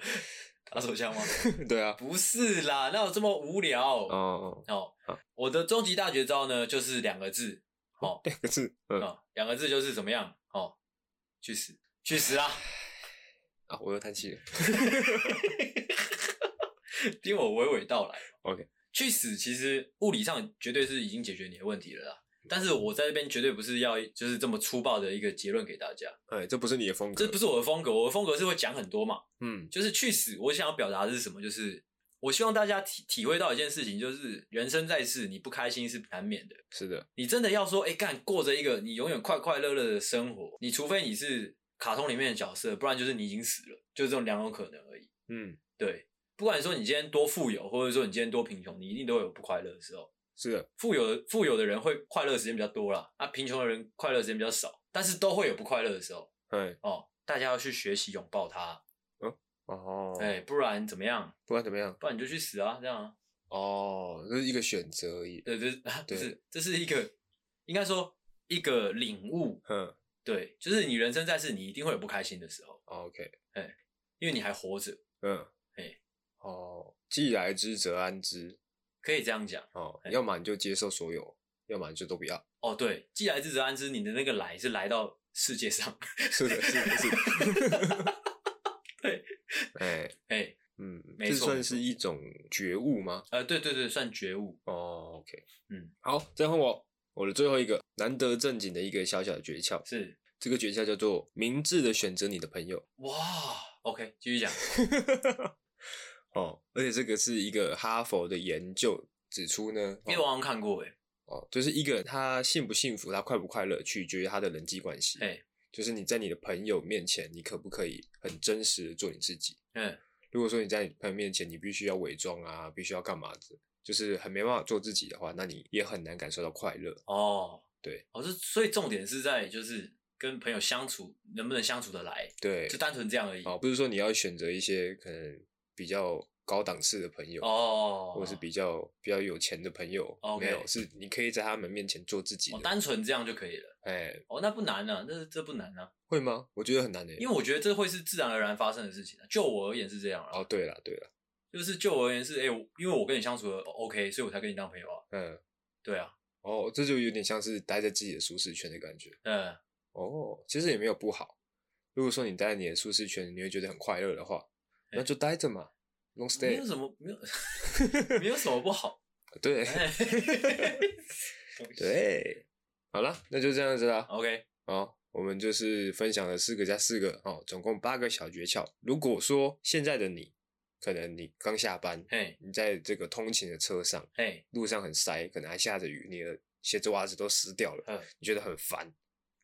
打手枪吗？对啊，不是啦，哪有这么无聊？哦，哦，我的终极大绝招呢，就是两个字，哦，两个字，嗯哦，两个字就是怎么样？哦，去死，去死 [LAUGHS] 啦！啊，我又叹气了，听我娓娓道来。 OK 去死其实物理上绝对是已经解决你的问题了啦。但是我在这边绝对不是要就是这么粗暴的一个结论给大家，哎，这不是你的风格，这不是我的风格，我的风格是会讲很多嘛，嗯，就是去死。我想要表达的是什么？就是我希望大家体体会到一件事情，就是人生在世，你不开心是难免的。是的，你真的要说，哎、干过着一个你永远快快乐乐的生活，你除非你是卡通里面的角色，不然就是你已经死了，就这种两种可能而已。嗯，对，不管说你今天多富有，或者说你今天多贫穷，你一定都会有不快乐的时候。是的，富有的富有的人会快乐的时间比较多啦，啊，贫穷的人快乐的时间比较少，但是都会有不快乐的时候哎，哦。大家要去学习拥抱它，哦，哎、，不然怎么样？不管怎么样，不然你就去死啊，这样啊。哦，这是一个选择而已，对，这是 [LAUGHS] 啊不对是，这是一个应该说一个领悟，嗯对，就是你人生在世，你一定会有不开心的时候， [LAUGHS] ，OK，因为你还活着，嗯，哎，哦，既来之则安之，可以这样讲。哦，哎要么你就接受所有，要么你就都不要， [LAUGHS] 哦，对，既来之则安之，你的那个来是来到世界上，是的，是的，是的， [LAUGHS] 对，哎，哎、嗯，没这错没错算是一种觉悟吗？呃，对对对，算觉悟。哦，OK，嗯，好，再换我，我的最后一个难得正经的一个小小的诀窍，是这个诀窍叫做明智的选择你的朋友。哇，OK，继 [LAUGHS] 续讲。哦，而且这个是一个哈佛的研究指出呢，因为我哦好像看过诶，欸哦，就是一个人他幸不幸福，他快不快乐，取决于他的人际关系。哎，就是你在你的朋友面前，你可不可以很真实的做你自己？嗯，如果说你在你朋友面前，你必须要伪装啊，必须要干嘛的，就是很没办法做自己的话，那你也很难感受到快乐。哦，对，哦，这所以重点是在就是跟朋友相处能不能相处得来，对，就单纯这样而已。哦，不是说你要选择一些可能比较高档次的朋友，哦，或者是比较比较有钱的朋友 OK 没有，是你可以在他们面前做自己哦的。单纯这样就可以了。哎、哦，那不难啊，那这不难啊，会吗？我觉得很难诶、因为我觉得这会是自然而然发生的事情啊。就我而言是这样啊，哦，对了对了，就是就我而言是，哎、我因为我跟你相处的 OK，所以我才跟你当朋友啊。嗯，对啊，哦，这就有点像是待在自己的舒适圈的感觉。嗯，哦，其实也没有不好。如果说你待在你的舒适圈，你会觉得很快乐的话，哎那就待着嘛，long 没有 stay。什么，没有，没有 [LAUGHS] 什么不好。对哎对，好了，那就这样子啦。 ，OK，好，我们就是分享了四个加四个哦，总共八个小诀窍。如果说现在的你，可能你刚下班，嘿，你在这个通勤的车上，嘿，路上很塞，可能还下着雨，你的鞋子袜子都湿掉了，嗯，你觉得很烦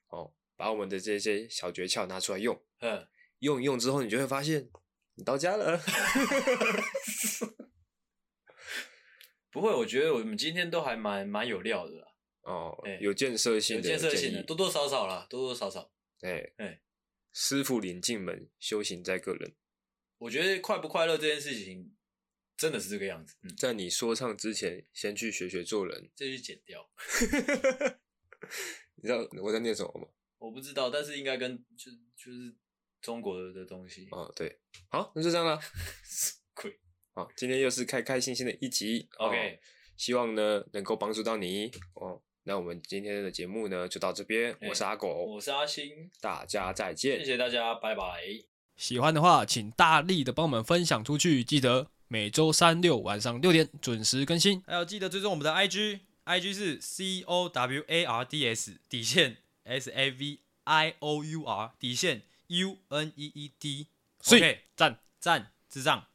哦，把我们的这些小诀窍拿出来用，嗯。用一用之后，你就会发现你到家了。不会，我觉得我们今天都还蛮蛮有料的啦，哦哎，有建设性有的建设建性的，议，多多少少啦，多多少少。哎哎，师傅领进门，修行在个人。我觉得快不快乐这件事情真的是这个样子，嗯，在你说唱之前，先去学学做人。这就剪掉。你知道我在念什么吗？我不知道，但是应该跟就就是中国的东西，哦，对，好，那就这样 [LAUGHS] 啦。鬼好，今天又是开开心心的一集。哦 OK 希望呢能够帮助到你哦。那我们今天的节目呢就到这边，哎我是阿狗，我是阿星，大家再见。谢谢大家，拜拜。喜欢的话，请大力的帮我们分享出去，记得每周三六晚上六点准时更新。还有记得追踪我们的 IG，IG 是 C O W A R D S 底线 S A V I O U R 底线 U N E E D。所以 OK，赞。赞智障。